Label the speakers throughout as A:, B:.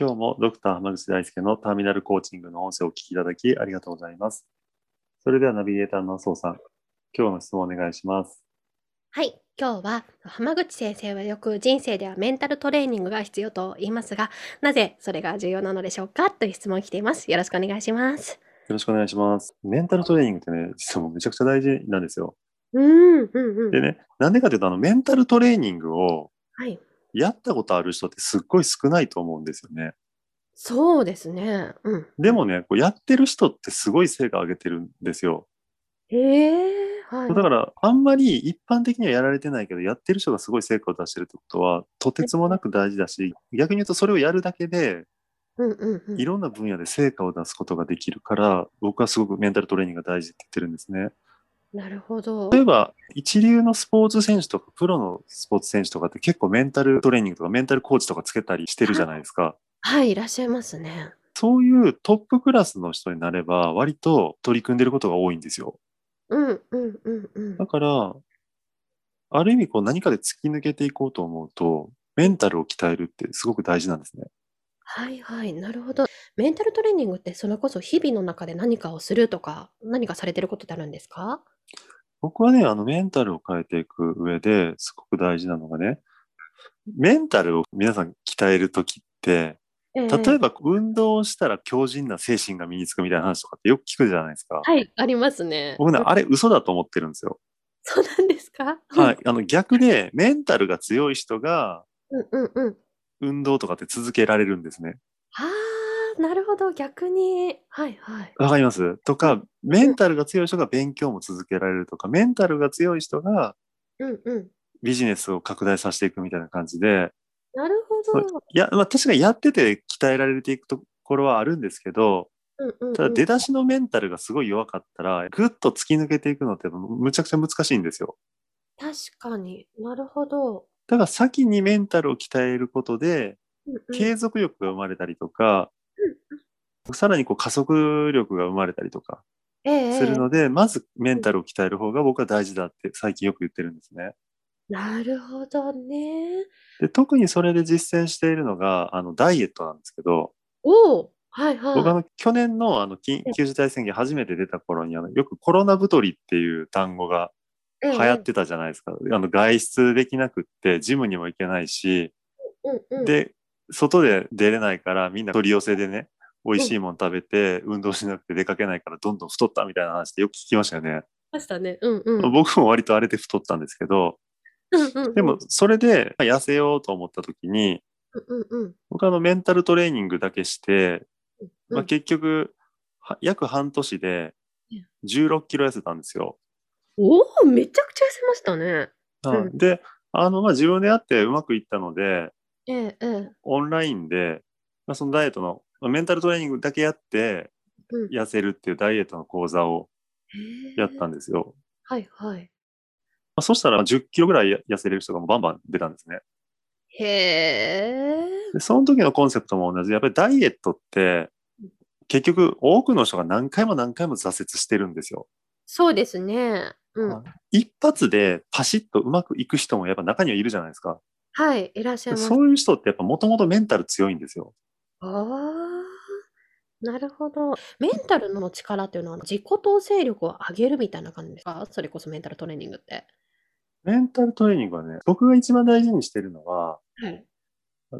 A: 今日もドクター浜口大輔のターミナルコーチングの音声をお聞きいただきありがとうございます。それではナビゲーターの麻生さん、今日の質問お願いします。
B: はい今日は浜口先生はよく人生ではメンタルトレーニングが必要と言いますがなぜそれが重要なのでしょうかという質問来ていますよろしくお願いします
A: よろしくお願いします。メンタルトレーニングってね、実はもうめちゃくちゃ大事なんですよ。
B: うんうんうん
A: でね、なんでかというと、あの、メンタルトレーニングを
B: はい
A: やったことある人ってすっごい少ないと思うんですよね。
B: そうですねうん
A: でもね、こうやってる人ってすごい成果上げてるんですよ。
B: へえはい
A: だから、あんまり一般的にはやられてないけど、やってる人がすごい成果を出してるってことは、とてつもなく大事だし、逆に言うとそれをやるだけで、
B: うんうんうん
A: いろんな分野で成果を出すことができるから、僕はすごくメンタルトレーニングが大事って言ってるんですね。
B: なるほど
A: 例えば、一流のスポーツ選手とか、プロのスポーツ選手とかって結構メンタルトレーニングとかメンタルコーチとかつけたりしてるじゃないですか。
B: はいいらっしゃいますね
A: そういうトップクラスの人になれば、割と取り組んでることが多いんですよ。
B: うんうんうんうん
A: だから、ある意味こう何かで突き抜けていこうと思うと、メンタルを鍛えるってすごく大事なんですね。
B: はいはいなるほどメンタルトレーニングってそれこそ日々の中で何かをするとか何かされてることってあるんですか
A: 僕はね、あのメンタルを変えていく上ですごく大事なのがね、メンタルを皆さん鍛えるときって、
B: 例
A: 例えば運動をしたら強靭な精神が身につくみたいな話とかってよく聞くじゃないですか。
B: はいありますね
A: 僕ね、
B: うん
A: あれ嘘だと思ってるんですよ。
B: そうなんですか
A: はい。あの逆で、メンタルが強い人が
B: うんうんうん
A: 運動とかって続けられるんですね。
B: あーなるほど逆にはいはい
A: わかりますとか、メンタルが強い人が勉強も続けられるとか、メンタルが強い人が
B: うんうん
A: ビジネスを拡大させていくみたいな感じで、
B: なるほ
A: そ
B: ど
A: いや、まあ確かにやってて鍛えられていくところはあるんですけど、
B: うんうんうん
A: ただ出だしのメンタルがすごい弱かったら、ぐっと突き抜けていくのってむちゃくちゃ難しいんですよ。
B: 確かになるほど
A: だから先にメンタルを鍛えることで、
B: うんうん
A: 継続力が生まれたりとか、さらにこう加速力が生まれたりとか
B: ええ
A: するので、まずメンタルを鍛える方が僕は大事だって最近よく言ってるんですね。
B: なるほどね
A: で特にそれで実践しているのがあのダイエットなんですけど、
B: おおはいはい
A: 僕あの去年のあの緊急事態宣言初めて出た頃にあのよくコロナ太りっていう単語が
B: ええ
A: 流行ってたじゃないですか。あの外出できなくってジムにも行けないし、
B: うんうん
A: で外で出れないからみんな取り寄せでね美味しいもの食べて運動しなくて出かけないからどんどん太ったみたいな話でよく聞きましたよね。
B: ましたねうんうんうん
A: 僕も割とあれで太ったんですけど、
B: うんうん
A: でもそれでまあ痩せようと思った時に
B: うんうんうん
A: 僕あのメンタルトレーニングだけして
B: う
A: まあ、
B: ん
A: 結局、は約半年で
B: うん
A: 16キロ痩せたんですよ。
B: おお、めちゃくちゃ痩せましたね。うん
A: はいで、あの、まあ、自分でやってうまくいったので、
B: ええ、ええ。
A: オンラインで、まあ、そのダイエットの、まあメンタルトレーニングだけやって
B: うん
A: 痩せるっていうダイエットの講座をやった
B: へえ
A: んですよ。
B: はいはい。
A: まあ、そしたら10キロぐらいや痩せれる人がバンバン出たんですね。
B: へえ。
A: で、その時のコンセプトも同じで。やっぱりダイエットって、結局多くの人が何回も何回も挫折してるんですよ。
B: そうですね。う
A: は
B: ん。
A: 一発でパシッとうまくいく人もやっぱ中にはいるじゃないですか。
B: はい、いらっしゃいます。
A: そういう人ってやっぱもともとメンタル強いんですよ。
B: ああ。なるほど。メンタルの力っていうのは自己統制力を上げるみたいな感じですかそれこそメンタルトレーニングって。
A: メンタルトレーニングはね、僕が一番大事にしてるのは、
B: はい。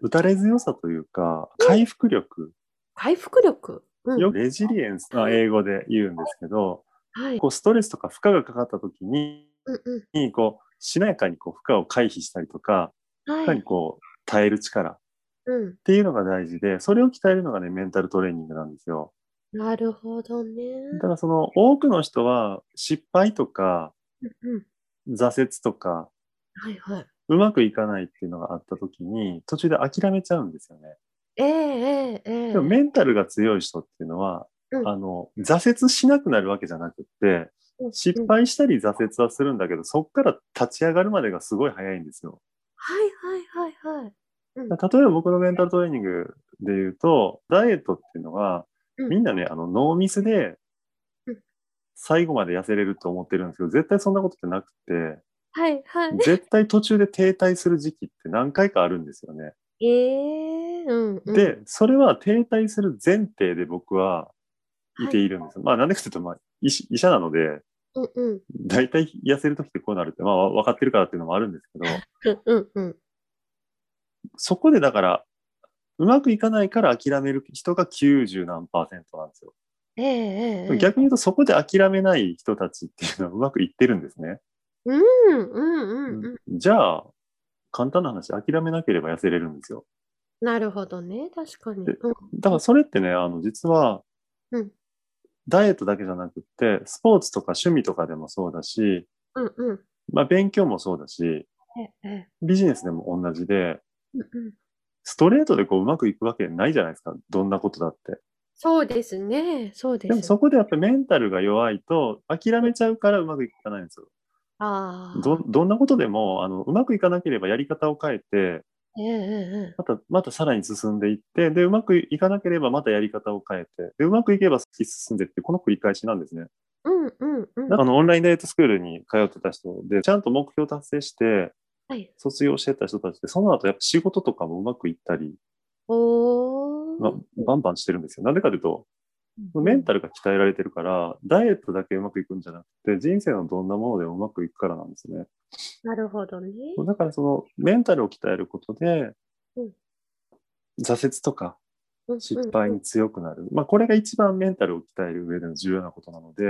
A: 打たれ強さというか、回復力、
B: 回復力。うん。
A: よくレジリエンス、まあ英語で言うんですけど、
B: はい。
A: こうストレスとか負荷がかかった時に、
B: うんう
A: こう、しなやかにこう負荷を回避したりとか、
B: ん。
A: い
B: は
A: かに
B: い。
A: こう、耐える力っ
B: うん。
A: ていうのが大事で、それを鍛えるのがね、メンタルトレーニングなんですよ。
B: なるほどね。
A: だからその、多くの人は失敗とか、
B: うんうん。
A: 挫折とか、
B: はいはい。
A: うまくいかないっていうのがあった時に、途中で諦めちゃうんですよね。
B: えええええ
A: でもメンタルが強い人っていうのは、
B: うん
A: あの、挫折しなくなるわけじゃなくって、
B: うん
A: 失敗したり挫折はするんだけど、そこから立ち上がるまでがすごい早いんですよ。
B: はいはいはいはい。
A: 例えば僕のメンタルトレーニングで言うと、ダイエットっていうのは、
B: うん
A: みんなね、あの、ノーミスで
B: うん、
A: 最後まで痩せれると思ってるんですけど、絶対そんなことってなくて、
B: はいは
A: 絶対途中で停滞する時期って何回かあるんですよね。
B: い。ええうん、うん。
A: で、それは停滞する前提で僕はいているんです。まあ、なんでかというと、まあ医師、医者なので、
B: うんうん。
A: 大体痩せるときってこうなるって、まあ、分かってるからっていうのもあるんです けど、
B: うんうんうん。
A: そこでだから、うまくいかないから諦める人が90何パーセントなんですよ。
B: ええええ。
A: 逆に言うと、そこで諦めない人たちっていうのはう まくいってるんですね。
B: うんうんうんうん。
A: じゃあ、簡単な話、諦めなければ痩せれるんですよ。
B: なるほどね。確かに。
A: で
B: うん
A: だからそれってね、あの、実は、
B: うん
A: ダイエットだけじゃなくって、スポーツとか趣味とかでもそうだし、
B: うんうん。
A: まあ、勉強もそうだし、
B: ええええ。
A: ビジネスでも同じで、
B: うんうん。
A: ストレートでこううまくいくわけないじゃないですか。どんなことだって。
B: そうですね。そうです。
A: でもそこでやっぱりメンタルが弱いと諦めちゃうからうまくいかないんですよ。
B: ああ。
A: ど、どんなことでも、あの、うまくいかなければやり方を変えて、
B: えええええ
A: また、またさらに進んでいって、で、うまくいかなければまたやり方を変えて、で、うまくいけば先進んでって、この繰り返しなんですね。
B: え。うんうんうん。
A: あの、オンラインダイエットスクールに通ってた人で、ちゃんと目標達成して、
B: はい。
A: 卒業してた人たちで、その後やっぱ仕事とかもうまくいったり、
B: お
A: まあ
B: ー。、
A: バンバンしてるんですよ。なんでかというと、メンタルが鍛えられてるから、ダイエットだけうまくいくんじゃなくて、人生のどんなものでもうまくいくからなんですね。
B: なるほどね。
A: だからその、メンタルを鍛えることで
B: うん、
A: 挫折とか
B: うんうん
A: 失敗に強くなる。まあ、これが一番メンタルを鍛える上での重要なことなので、
B: う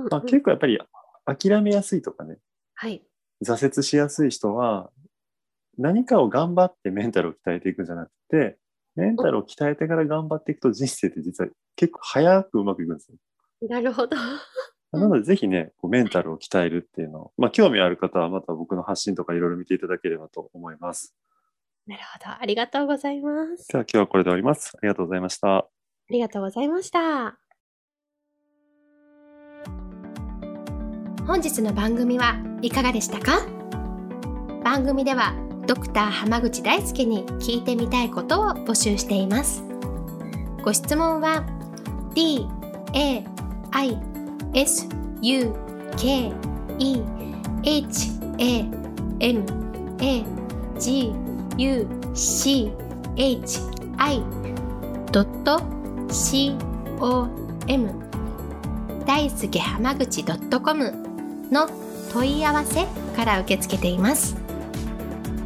B: んうん
A: まあ、結構やっぱり諦めやすいとかね、
B: はい。
A: 挫折しやすい人は、何かを頑張ってメンタルを鍛えていくんじゃなくて、メンタルを鍛えてから頑張っていくと人生って実は結構早くうまくいくんですよ。
B: なるほど。 うん
A: なのでぜひね、こうメンタルを鍛えるっていうのを、まあ興味ある方はまた僕の発信とかいろいろ見ていただければと思います。
B: なるほど。ありがとうございます。
A: では今日はこれで終わります。ありがとうございました。
B: ありがとうございました。本日の番組はいかがでしたか番組ではドクター濱口大輔に聞いてみたいことを募集しています。ご質問は d a i s u k e h a m a g u c h i .com 大好き浜口 .com の問い合わせから受け付けています